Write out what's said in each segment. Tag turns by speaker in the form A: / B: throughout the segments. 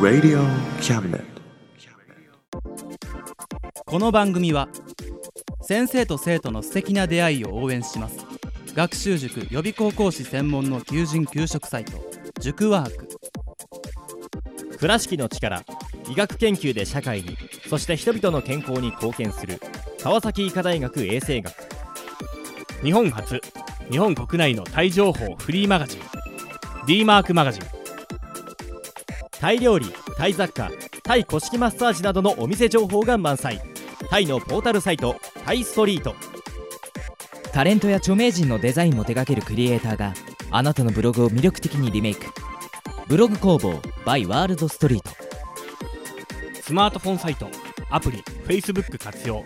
A: Radio Cabinet.
B: この番組は先生と生徒の素敵な出会いを応援します学習塾予備高校講師専門の求人・求職サイト塾ワーク
C: 倉敷の力医学研究で社会にそして人々の健康に貢献する川崎医科大学衛生学
D: 日本初日本国内のタイ情報フリーマガジン d マークマガジン
C: タイ料理タイ雑貨タイ古式マッサージなどのお店情報が満載タイのポータルサイトタイストリート
E: タレントや著名人のデザインも手掛けるクリエイターがあなたのブログを魅力的にリメイクブログ工房 by ワールドストリート
D: スマートフォンサイトアプリ Facebook 活用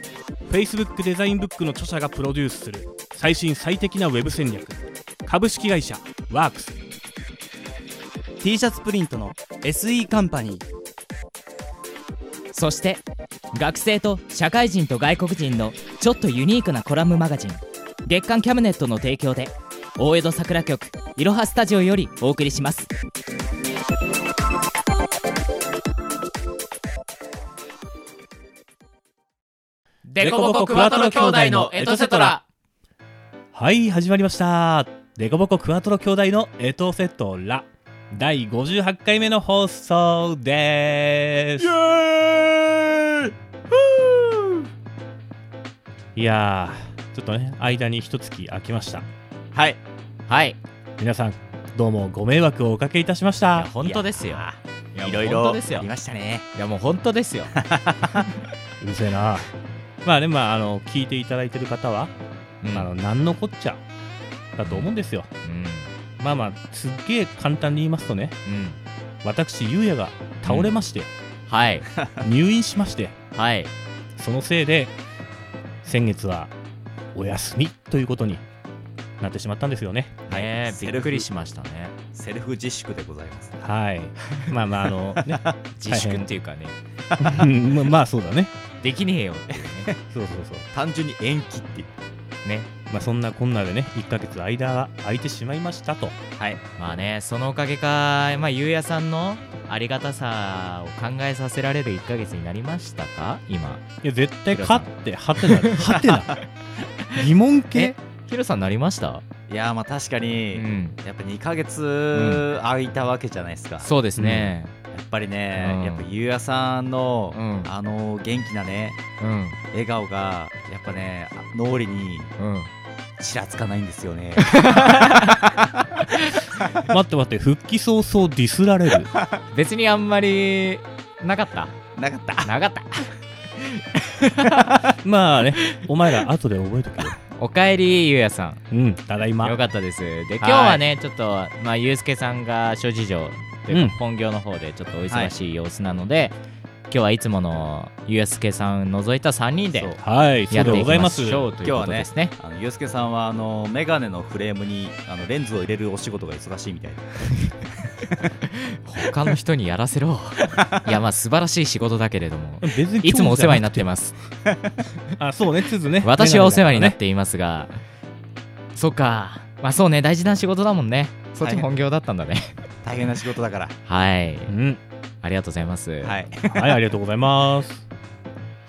D: Facebook デザインブックの著者がプロデュースする最新最適なウェブ戦略株式会社ワークス
B: T シャツプリントの SE カンパニー
E: そして学生と社会人と外国人のちょっとユニークなコラムマガジン月刊キャムネットの提供で大江戸桜局いろはスタジオよりお送りします
F: デコボコクワトロ兄弟のエトセトラ
D: はい始まりましたデコボコクワトロ兄弟のエトセトラ第58回目の放送ですいやーちょっとね間に一月空きました
C: はい
F: はい
D: 皆さんどうもご迷惑をおかけいたしました
F: 本当ですよ
C: いろい
F: 本当
C: ろ
F: です
E: あ
F: よ
E: りましたね
F: いやもう本当ですよ
D: うるせえなまあでもまああの聞いていただいてる方は、
F: うん
D: あの何のこっちゃだと思うんですよ
F: うん
D: まあまあすっげえ簡単に言いますとね
F: うん
D: 私ゆうやが倒れまして、
F: はい
D: 入院しまして
F: はい
D: そのせいで先月はお休みということになってしまったんですよね
F: はいねえ
C: セルフ
F: びっくりしましたね
C: セルフ自粛でございます
D: はいまあまああの ね
F: 自粛っていうかね
D: うんまあまあそうだね
F: できねえよっていうね
D: そうそうそう
C: 単純に延期っていう
D: まあそんなこんなでね1ヶ月間が空いてしまいましたと
C: はい
F: まあねそのおかげかまあゆうやさんのありがたさを考えさせられる1ヶ月になりましたか今
D: いや絶対勝ってはてな はてな疑問系
F: えヒロさんなりました
C: いやーまあ確か
F: う
C: に、
F: ん
C: やっぱ2ヶ月空いたわけじゃないですか、
F: そうですね
C: やっぱりね、
F: うん
C: やっぱゆうやさんの、
F: うん
C: あの元気なね
F: うん
C: 笑顔がやっぱねあ脳裏に
F: うん
C: ちらつかないんですよね
D: 待って待って復帰早々ディスられる
F: 別にあんまりなかった
C: なかった
F: なかった
D: まあねお前ら後で覚えとけよ
F: おかえりゆうやさん
D: うんただいま
F: よかったです。で、今日はね、ちょっと、まあ、ゆうすけさんが諸事情というか、
D: うん
F: 本業の方でちょっとお忙しい様子なので、今日はいつものゆうすけさんを除いた3人で
C: そう
D: はいそ
F: や
D: う
F: って
D: で
F: い
D: ご
F: き
D: ざい
F: ま
D: ます
F: しょうということですね。
C: あのゆうすけさんはあのメガネのフレームにあのレンズを入れるお仕事が忙しいみたいで
F: 他の人にやらせ ろ。いや、まあ、素晴らしい仕事だけれども。
D: 別に今 日
F: いつもお世話になってます。
D: あそうねつずね
F: 私はお世話になっ
D: ね
F: ています が、そっか。まあ、そうね、大事な仕事だもんね。そっち本業だったんだね。
C: 大変な仕事だから
F: はい。
D: うん
F: ありがとうございます。
C: はい
D: はいありがとうございます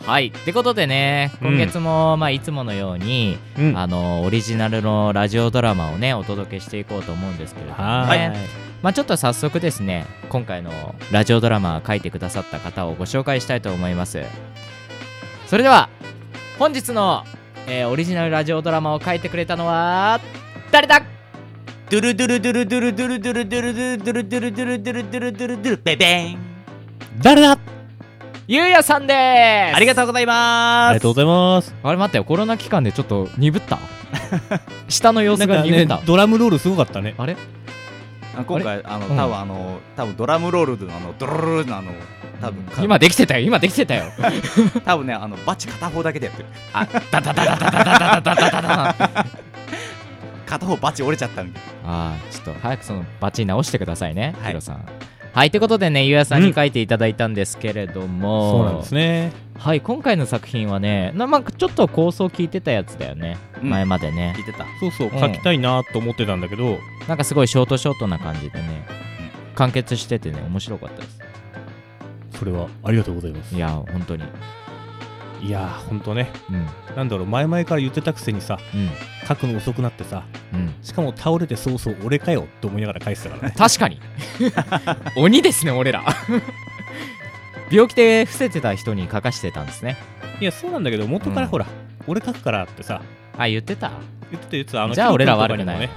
F: はい。ってことでね、今月も、まあ、いつものように、
D: うん
F: あのオリジナルのラジオドラマをねお届けしていこうと思うんですけれどもね、
D: はい
F: まあ、ちょっと早速ですね今回のラジオドラマ書いてくださった方をご紹介したいと思いますそれでは本日の、えーオリジナルラジオドラマを書いてくれたのは誰だ
C: ドゥルドゥルドゥルドゥルドゥルドゥルドゥルドゥルドゥルドゥルドゥルドゥルドゥルドゥルドゥルベベン
D: 誰だ
F: ゆうやさんです
C: ありがとうございま
D: ありが
C: す
D: とうございます
F: あれ待ってよコロナ期間でちょっと鈍った 下の様
D: な
F: 子
D: ん
F: が
D: か
F: 鈍っ
D: ね
F: た、
D: ドラムロールすごかったね
F: あれ
C: あ今回あの
F: うん
C: 多分あの多分ドラムロールのあのドロロロのあの多分か
F: 今できてたよ今できてたよ
C: 多分ねあのバチ片方だけでやってる
F: あダダダダダダダダダダダダ
C: 片方バチ折れちゃったみたいな
F: ああちょっと早くそのバッチリ直してくださいね、
C: はい
F: ヒロさんはいということでねゆうやさんに書いていただいたんですけれども、
D: そうなんですね
F: はい今回の作品はねななんかちょっと構想聞いてたやつだよね、
B: うん
F: 前までね
B: 聞いてた
D: そうそう
F: うん
D: 書きたいなと思ってたんだけど、
F: なんかすごいショートショートな感じでね完結しててね面白かったです
D: それはありがとうございます
F: いや本当に
D: いやーほんとね
F: うんうん
D: なんだろう前々から言ってたくせにさ書くの遅くなってさ
F: うん
D: しかも倒れてそうそう俺かよって思いながら返してたから ね
F: 確かに鬼ですね俺ら 病気で伏せてた人に書かしてたんですね
D: いやそうなんだけど元か
F: うん
D: らほら、俺書くからってさ
F: あ言ってた
D: 言ってたやつあの
F: じゃあ俺ら悪くない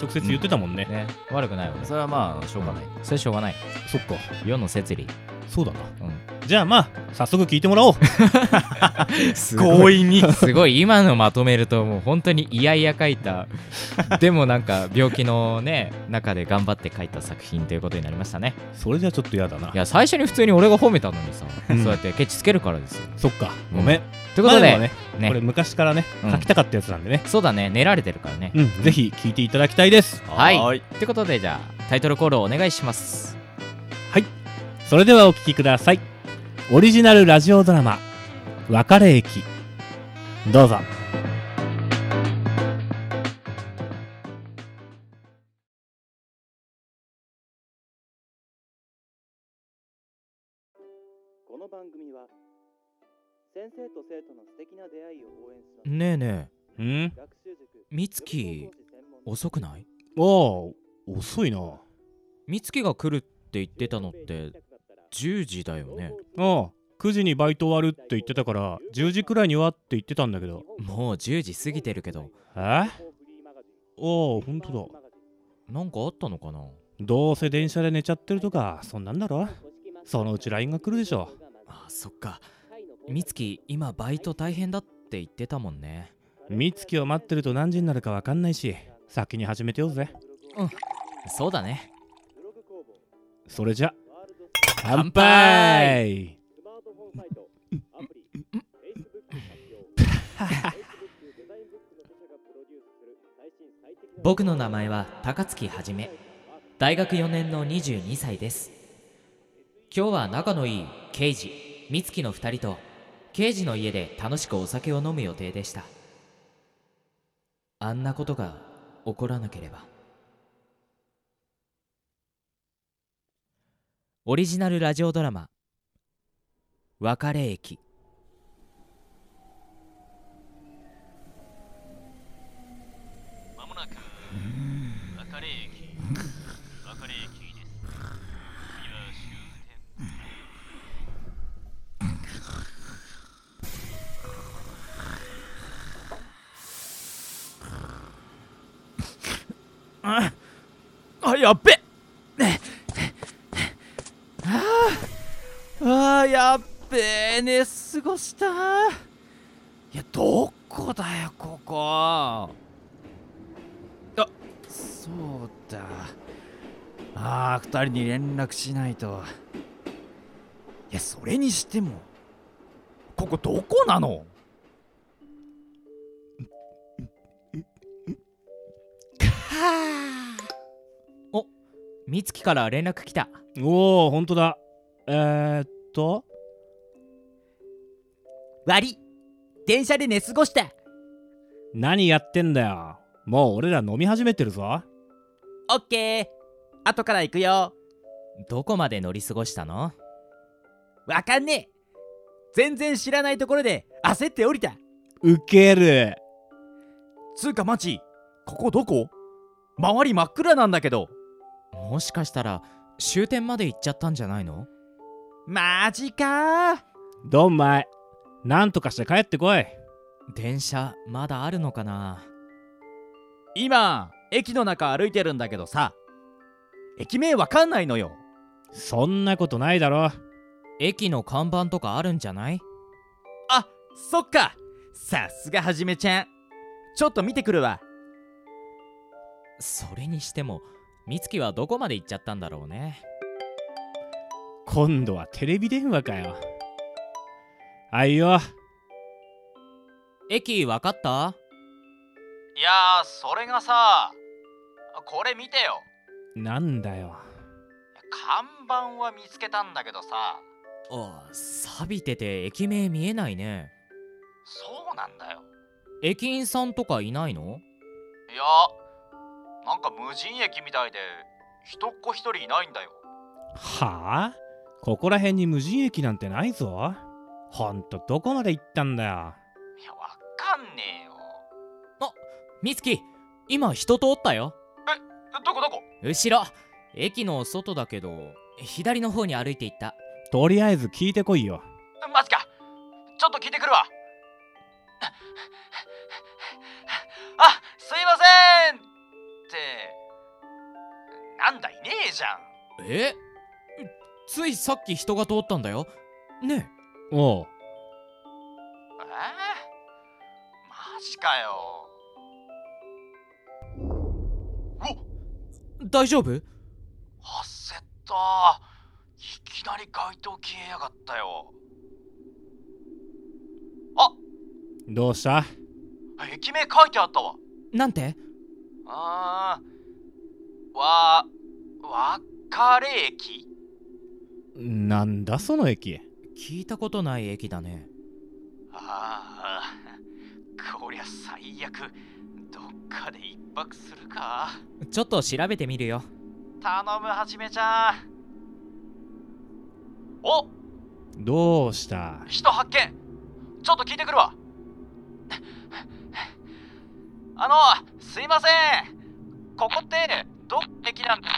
D: キノコとかにもね直接言ってたもんね、
F: ね悪くない俺
G: それはまあしょうがない、
F: それしょうがない
D: そっか
F: 世の摂理
D: そうだな、
F: う
D: じゃあまあ早速聞いてもらおう
F: 強引に すごい今のまとめるともう本当にいやいや書い たでもなんか病気のね中で頑張って書いた作品ということになりましたね
D: それじゃちょっとやだない
F: や最初に普通に俺が褒めたのにさ、
D: うん
F: そうやってケチつけるからですよ
D: そっかごめん、
F: ということ
D: まあ
F: で,、
D: もね
F: ね
D: これ昔からね、
F: うん
D: 書きたかったやつなんでね
F: そうだね練られてるからね、
D: うんぜひ聞いていただきたいです
F: はい
G: はーい
F: ってことでじゃあタイトルコールをお願いします
D: それではお聞きくださいオリジナルラジオドラマ「別れ駅」どうぞ
B: この番組は先生と生徒の素敵な出会いを応援します
F: ねえね
D: うん
B: 学習塾
F: え美月遅くない
D: ああ遅いなあ
F: 美月が来るって言ってたのって10時だよね
D: あ9時にバイト終わるって言ってたから10時くらいにはって言ってたんだけど
F: もう10時過ぎてるけど
D: えああほんとだ
F: なんかあったのかな
D: どうせ電車で寝ちゃってるとかそんなんだろそのうち LINE が来るでしょ
F: あそっか美月今バイト大変だって言ってたもんね
D: 美月を待ってると何時になるかわかんないし先に始めてようぜ
F: そうだね
D: それじゃ
F: 乾杯僕の名前は高槻はじめ大学4年の22歳です今日は仲のいい刑事美月の2人と刑事の家で楽しくお酒を飲む予定でしたあんなことが起こらなければオリジナルラジオドラマ「別れ駅」
H: まもなく別れ駅別れ駅です次は終点
F: あやっべああやっべえ寝過ごしたいやどこだよここあ
I: そうだああ二人に連絡しないといやそれにしてもここどこなの
F: 美月から連絡来た
D: おおほんとだえー、っと
E: 悪い電車で寝過ごした
D: 何やってんだよもう俺ら飲み始めてるぞ
E: オッケー後から行くよどこまで乗り過ごしたの
I: わかんねえ全然知らないところで焦って降りた
D: ウケる
I: つうかマジここどこ周り真っ暗なんだけど
F: もしかしたら終点まで行っちゃったんじゃないの
I: マジかー
D: ドンマイなんとかして帰ってこい
F: 電車まだあるのかな
I: 今駅の中歩いてるんだけどさ駅名わかんないのよ
D: そんなことないだろ
F: 駅の看板とかあるんじゃない
I: あそっかさすがはじめちゃんちょっと見てくるわ
F: それにしても美月はどこまで行っちゃったんだろうね
D: 今度はテレビ電話かよあいよ
F: 駅わかった
H: いやーそれがさこれ見てよ
D: なんだよ
I: 看板は見つけたんだけどさ
J: あ錆びてて駅名見えないね
I: そうなんだよ
J: 駅員さんとかいないの
I: いやなんか無人駅みたいで人っ子一人いないんだよ
D: はあここら辺に無人駅なんてないぞほんとどこまで行ったんだよ
I: いやわかんねえよ
J: 美月今人通ったよ
I: えどこどこ
J: 後ろ駅の外だけど左の方に歩いていった
D: とりあえず聞いてこいよ
I: マジかちょっと聞いてくるわあすいませんってなんだいねえじゃん
J: えついさっき人が通ったんだよね
D: おう
I: えー、マジかよ
J: え大丈夫
I: 焦ったいきなり街灯消えやがったよ
D: どうした
I: あ駅名書いてあったわ
J: なんて
I: あーわわかれ駅
D: なんだその駅
J: 聞いたことない駅だね
I: ああこりゃ最悪どっかで一泊するか
J: ちょっと調べてみるよ
I: 頼むはじめちゃんお
D: どうした
I: 人発見ちょっと聞いてくるわあのすいませんここってどっ駅なんだ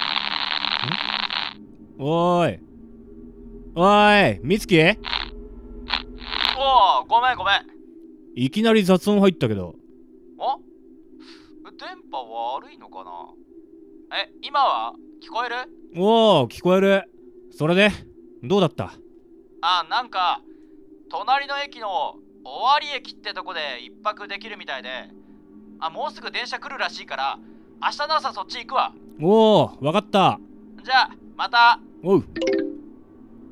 D: おーいおーい美月
I: おおごめんごめん
D: いきなり雑音入ったけど
I: お電波悪いのかなえ今は聞こえる
D: おお聞こえるそれでどうだった
I: あなんか隣の駅の尾張駅ってとこで一泊できるみたいであもうすぐ電車来るらしいから明日の朝そっち行くわ
D: おおわかった
I: じゃあまた
D: おう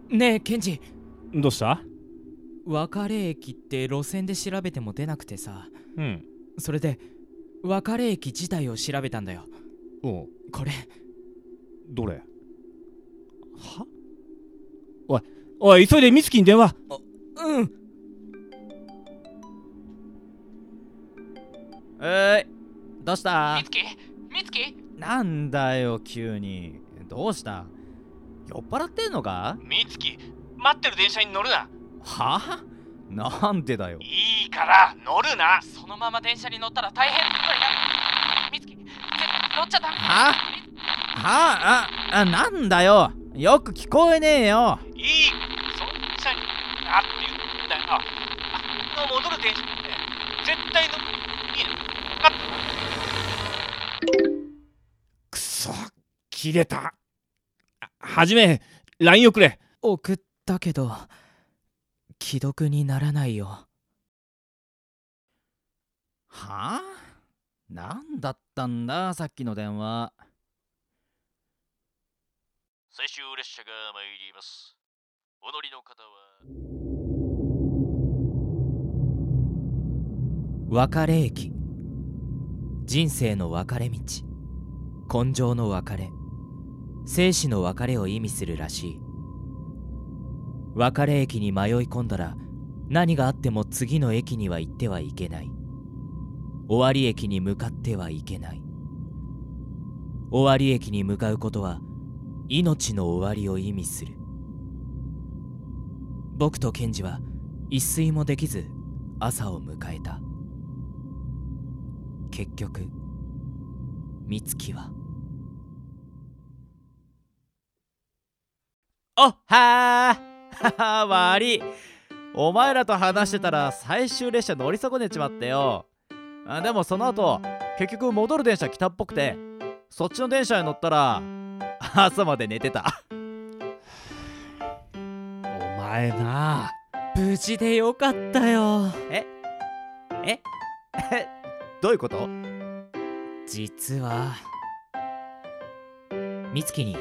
J: ねえケンジ
D: どうした
J: 別れ駅って路線で調べても出なくてさ
D: うん
J: それで別れ駅自体を調べたんだよ
D: おう
J: これ
D: どれはおいおい急いで美月に電話
J: うん
C: えいどうした
I: みつきみつき
C: なんだよ急にどうした酔っ払ってんのか
I: みつき待ってる電車に乗るな
C: はあなんでだよ
I: いいから乗るな
K: そのまま電車に乗ったら大変なことになるみつき絶対乗っちゃダメ
C: ははああなんだよよく聞こえねえよ
I: いいそっちゃになって言うんだよああの戻る電車って絶対乗るいいな分かった
D: くそ切れたあはじめ LINE をくれ
F: 送ったけど既読にならないよ
C: はあなんだったんださっきの電話
L: 最終列車が参ります。お乗りの方は。
F: 別れ駅人生の分かれ道根性の分かれ生死の別れを意味するらしい別れ駅に迷い込んだら何があっても次の駅には行ってはいけない終わり駅に向かってはいけない終わり駅に向かうことは命の終わりを意味する僕とケンジは一睡もできず朝を迎えた結局美月は
C: おっはー悪いお前らと話してたら最終列車乗り損ねちまってよあでもその後結局戻る電車来たっぽくてそっちの電車に乗ったら朝まで寝てた
D: お前な
F: 無事でよかったよ
C: どういうこと
F: 実は美月に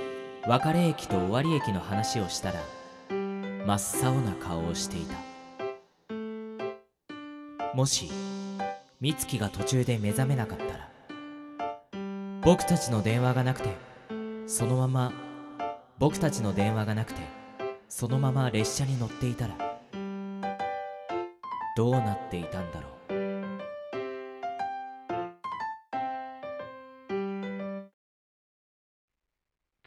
F: 別れ駅と終わり駅の話をしたら真っ青な顔をしていたもし美月が途中で目覚めなかったら僕たちの電話がなくてそのまま
E: 僕たちの電話がなくてそのまま列車に乗っていたらどうなっていたんだろう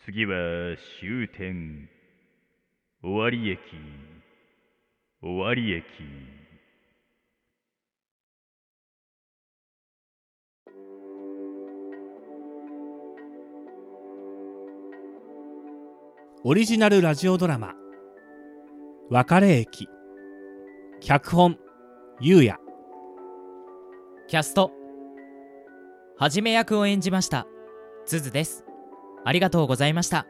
M: 次は終点終わり駅終わり駅
D: オリジナルラジオドラマ「別れ駅」脚本ゆうや
E: キャストはじめ役を演じましたつづですありがとうございました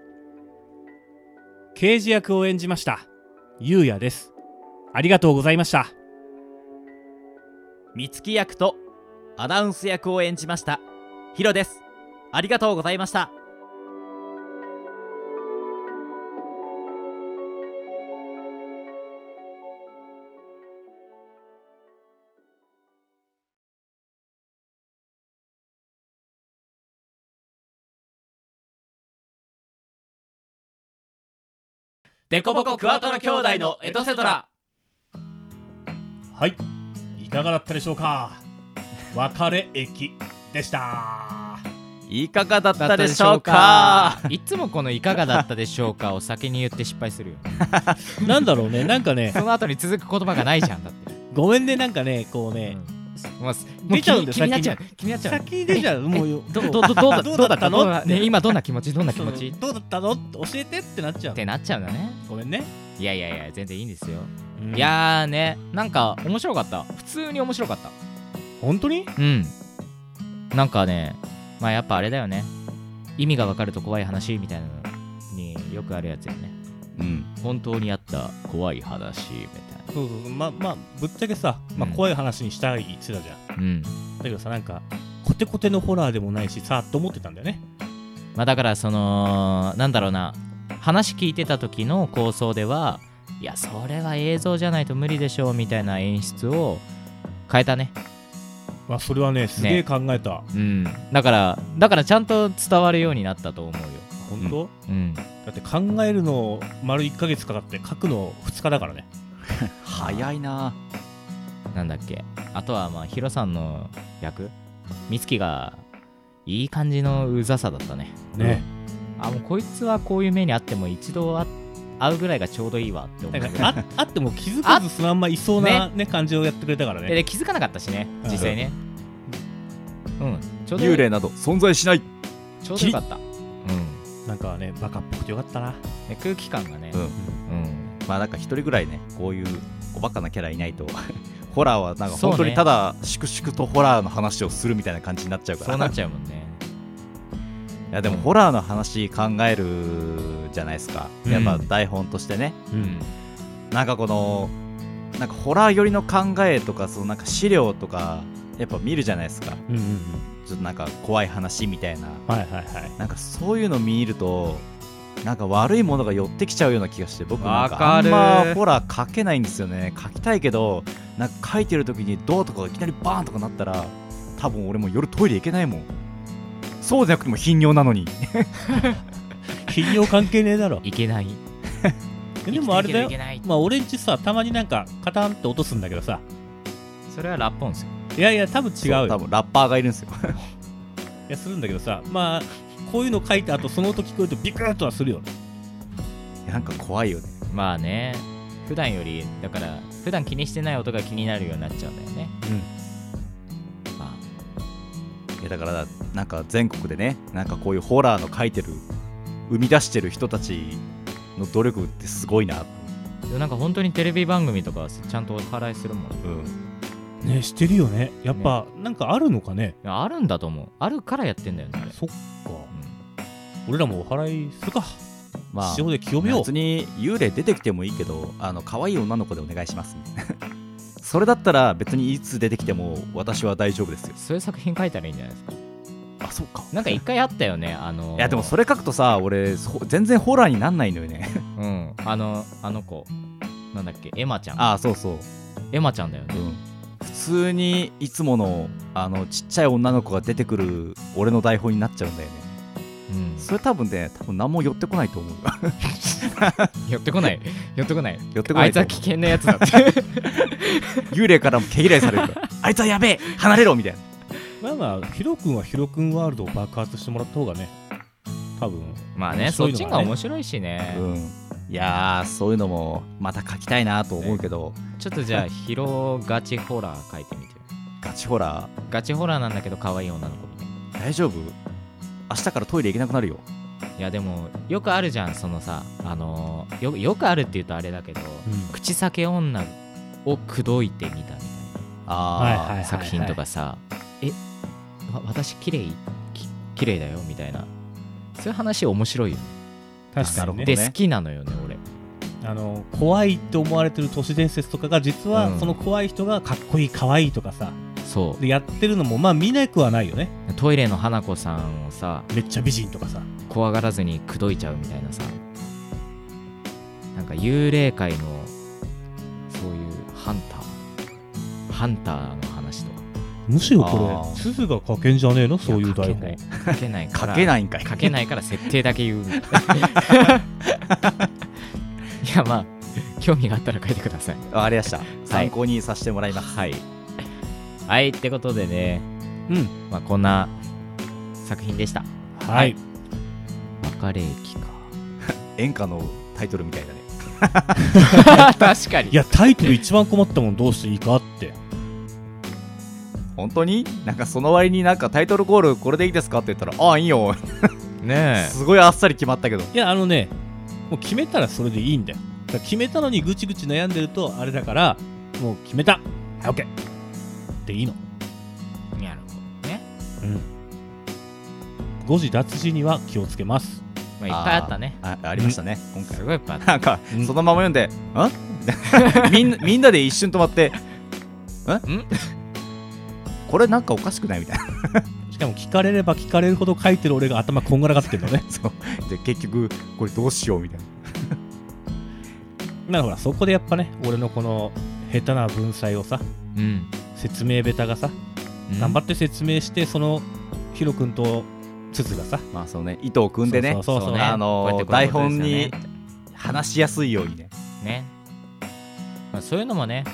D: 刑事役を演じましたゆうやですありがとうございました
I: 美月役とアナウンス役を演じましたヒロですありがとうございました
E: デコボコクワトロ兄弟のエトセトラ
D: はいいかがだったでしょうか別れ駅でした
I: いかがだったでしょうか
F: いつもこの「いかがだったでしょうか」を先に言って失敗するよね
N: なんだろうねなんかね
F: その後に続く言葉がないじゃんだって
N: ごめんねなんかねこう ね、
F: もう
N: 出ちゃうんだよ
F: 気になっちゃう気になっちゃう
N: 先に出ちゃうもうよ
F: どどどどうだ
N: どうだったの
F: どうだね今どんな気持ちどんな気持ちっ
N: そうどうだったの教えてってなっちゃう
F: てなっちゃうんだね
N: ごめんね
F: いやいやいや全然いいんですよ、
N: うん
F: いやーねなんか面白かった普通に面白かった
D: 本当に
F: うんなんかねまあやっぱあれだよね意味が分かると怖い話みたいなのによくあるやつよね
N: うん
F: 本当にあった怖い話み
D: そうそうそうまあまあぶっちゃけさ、まあ、
F: うん
D: 怖い話にしたいって言ってたじゃん、
F: たいなうん
D: だけどさなんかコテコテのホラーでもないしさと思ってたんだよね
F: まあだからそのなんだろうな話聞いてた時の構想ではいやそれは映像じゃないと無理でしょうみたいな演出を変えたね
D: まあそれはねすげえ考えた、
F: うんだからだからちゃんと伝わるようになったと思うよ
D: 本当、
F: うん
D: だって考えるの丸1ヶ月かかって書くの2日だからね
I: 早いな
F: なんだっけあとはまあヒロさんの役美月がいい感じのうざさだったね
D: ね
F: あもうこいつはこういう目にあっても一度あ会うぐらいがちょうどいいわって思う
D: なん
F: ぐ
D: から
F: い
D: ああっても気づかずそのまんまいそうな、ね感じをやってくれたから
F: で
D: ね
F: で気づかなかったしね
D: うん
F: 実際ねうんちょうど
C: 幽霊など存在しない
F: ちょうどよかったうん
D: なんかねバカっぽくてよかったな
F: ね空気感がね
C: うん、まあなんか一人ぐらいねこういうおバカなキャラいないと ホラーはなんか
F: そうね
C: 本当にただ粛々とホラーの話をするみたいな感じになっちゃうから
F: そうなっちゃうもんね
C: いやでもホラーの話考えるじゃないですか、
F: うん
C: やっぱ台本としてね
F: うん
C: なんかこのなんかホラー寄りの考えとかそのなんか資料とかやっぱ見るじゃないですか
D: うんうんうん
C: ちょっとなんか怖い話みたいな
D: はいはいはい
C: なんかそういうの見るとなんか悪いものが寄ってきちゃうような気がして僕なん
F: わ
C: か
F: か
C: あん
F: る
C: まホラー書けないんですよね書きたいけどなんか書いてる時にドアとかがいきなりバーンとかなったら多分俺もう夜トイレ行けないもんそうじゃなくても頻尿なのに
D: 頻尿関係ねえだろ
F: いけない
D: ででもあれだよ
F: 生きていけるいけない
D: まあ俺んちさたまになんかカタンって落とすんだけどさ
F: それはラッポンっすよ
D: いやいや多分違うよ
C: 多分ラッパーがいるんですよ
D: いやするんだけどさまあこういうの書いた後その音聞こえるとビクッとはするよね
C: なんか怖いよね
F: まあね普段よりだから普段気にしてない音が気になるようになっちゃうんだよねま
C: いやだからなんか全国でねなんかこういうホラーの書いてる生み出してる人たちの努力ってすごいな
F: あでもなんか本当にテレビ番組とかはちゃんとお払いするもん
C: うん
D: ねしてるよねやっぱ、なんかあるのかね
F: いやあるんだと思うあるからやってんだよねあれ
D: そっか俺らもお祓いするか
C: まあ
D: 塩で清めよう
C: 別に幽霊出てきてもいいけどあの可愛い女の子でお願いします、 ね、それだったら別にいつ出てきても私は大丈夫ですよ
F: そういう作品書いたらいいんじゃないですか
C: あそうか
F: なんか一回あったよねあの
C: いやでもそれ書くとさ俺そ全然ホラーになんないのよね
F: うんあのあの子なんだっけエマちゃん
C: ああそうそう、
F: エマちゃんだよね
C: うん、普通にいつものあのちっちゃい女の子が出てくる俺の台本になっちゃうんだよねそれ多分ね多分何も寄ってこないと思う
I: 寄ってこない寄ってこない
C: 寄ってこない
I: あいつは危険なや つだって
C: 幽霊からも毛嫌いされるから あいつはやべえ離れろみたいな
D: まあまあヒロ君はヒロ君ワールドを爆発してもらった方がね多分
I: まあねそっちの方が面白いしね、
C: いやーそういうのもまた書きたいなと思うけど、
I: ちょっとじゃあヒロガチホラー書いてみて
C: ガチホラー
I: ガチホラーなんだけど可愛い女の子みたいな
C: 大丈夫明日からトイレ行けなくなるよ
I: いやでもよくあるじゃんそのさあのーよよくあるっていうとあれだけど、口裂け女を口説いてみたみたいな
C: はいはいはいはい
I: 作品とかさえわ私綺麗き綺麗だよみたいなそういう話面白いよね
D: 確かにね
I: で好きなのよね俺
D: あの怖いって思われてる都市伝説とかが実
I: う
D: は
I: ん
D: その怖い人がかっこいい可愛いとかさ
I: そう
D: でやってるのもまあ見なくはないよね
I: トイレの花子さんをさ
D: めっちゃ美人とかさ
I: 怖がらずに口説いちゃうみたいなさなんか幽霊界のそういうハンターハンターの話とか
D: むしろ
I: あ
D: これ鈴が書けんじゃねえのそういう台本
I: 書けないから
D: 書けないんかい
I: 書けないから設定だけ言 うみたいないやまあ興味があったら書いてください
C: わかりました参考にさせてもらいます
I: はいはいってことでね
D: うん
I: まあこんな作品で した
D: はい
I: 別れ駅か
C: 演歌のタイトルみたいだね
I: 確かに
D: いやタイトル一番困ったもんどうしていいかって
C: 本当になんかその割になんかタイトルコールこれでいいですかって言ったらああいいよ
I: ね
C: すごいあっさり決まったけど
D: いやあのねもう決めたらそれでいいんだよだから決めたのにぐちぐち悩んでるとあれだからもう決めたはい OK でいいの
I: なるほどね
D: うん誤字脱字には気をつけます
I: まあいっぱいあったね
C: あありましたね、今回
I: すごいいっぱいあった
C: なんか、そのまま読んで「 ん?」みんなみんなで一瞬止まって「んこれなんかおかしくない?」みたいな
D: しかも聞かれれば聞かれるほど書いてる俺が頭こんがらがってるのね
C: で結局これどうしようみたいな
D: なるほどそこでやっぱね俺のこの下手な文才をさ、
I: うん
D: 説明下手がさ、
I: うん
D: 頑張って説明してそのヒロ君と鈴がさ
C: まあそうね糸を組んでね
D: そうそうそうそうね
C: あ
D: こうや
C: の
D: ってこうい
C: 台
D: うことで
C: 本
D: すよね
C: に話しやすいようにね
I: ね、まあ、そういうのもね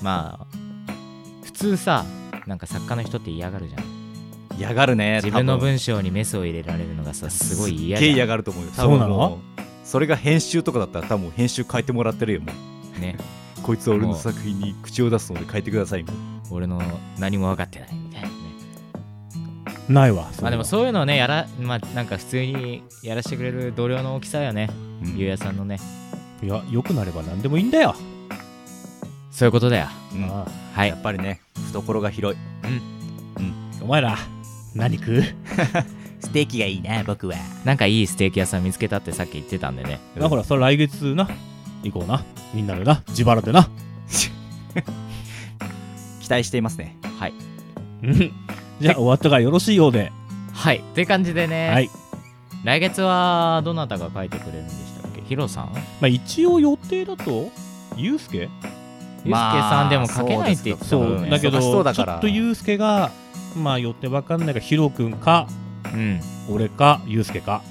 I: まあ普通さなんか作家の人って嫌がるじゃん
C: 嫌がるね
I: 自分の
C: 多分
I: 文章にメスを入れられるのがさすごい嫌
C: すっげえ
I: じ
C: 嫌
I: ゃん
C: がると思うよ
I: そうなの
C: 多分もうそれが編集とかだったら多分編集変えてもらってるよも
I: うね
C: こいつは俺
I: も
C: の
I: う
C: 作品に口を出すので変えてくださいみたいな
I: 俺の何も分かってないみたいなね
D: ないわ
I: まあでもそういうのをねやらまあなんか普通にやらせてくれる同僚の大きさよね、ゆうやさんのね
D: いや良くなれば何でもいいんだよ
I: そういうことだよ、はい
C: やっぱりね懐が広い、
I: うん
C: うん、
D: お前ら何食う
C: ステーキがいいな僕は
I: なんかいいステーキ屋さん見つけたってさっき言ってたんでね
D: なほらそれ来月な行こうなみんなでな自腹でな
C: 期待していますね
I: はい
D: うんじゃあ終わったがよろしいようで
I: はいという感じでね、
D: はい
I: 来月はどなたが書いてくれるんでしたっけヒロさん
D: まあ一応予定だとユうスケ
I: ユースケさんでも書けないって言ってたもんね
D: そうだけど
I: 忙しそうだ
D: ちょ
I: から
D: っとユうスケがまあ寄ってわかんないがヒロ君か、俺かユうスケか、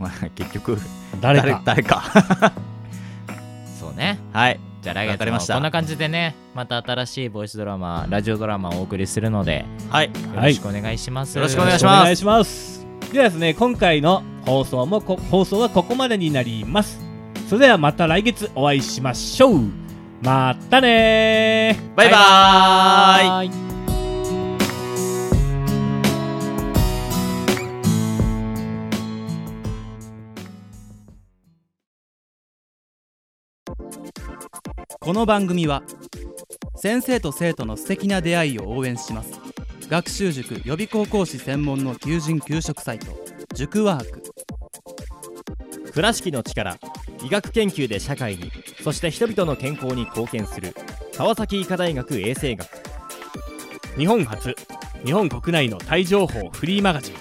C: まあ結局
D: 誰か
C: 誰誰か
I: そうね
C: はい
I: じゃあ来
C: わか
I: 月
C: りま
I: も
C: した
I: こんな感じでねまた新しいボイスドラマラジオドラマをお送りするので
C: はいよ
I: ろしくお願いします、
D: お願いしますではですね今回の放送もこ放送はここまでになりますそれではまた来月お会いしましょうまたねー
C: バイバーイ
I: イ
B: この番組は先生と生徒の素敵な出会いを応援します学習塾予備高校師専門の求人・求職サイト塾ワーク
O: 倉敷の力医学研究で社会にそして人々の健康に貢献する川崎医科大学衛生学
D: 日本初日本国内のタイ情報フリーマガジン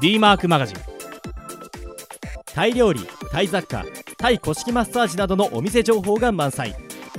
D: D マークマガジン
O: タイ料理タイ雑貨タイ古式マッサージなどのお店情報が満載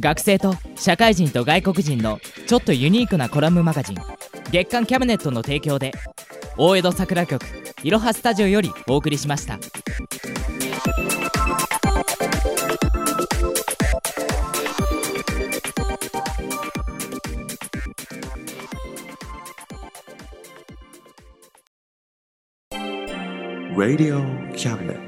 F: 学生と社会人と外国人のちょっとユニークなコラムマガジン月刊キャビネットの提供で大江戸桜局いろはスタジオよりお送りしました。
A: Radio Cabinet.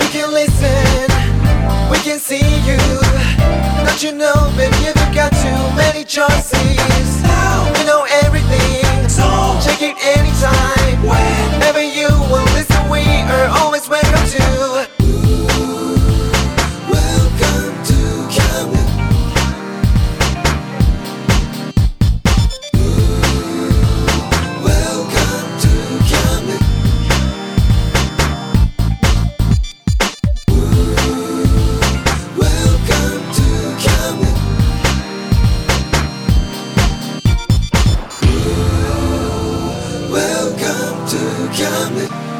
P: We can listen, we can see you. Don't you know, baby, you've got too many choices. We know everything, so check it anytime. Whenever you will listen, we are always welcome to. Welcome to Camden. Welcome to Camden. Welcome to Camden. Welcome to Camden.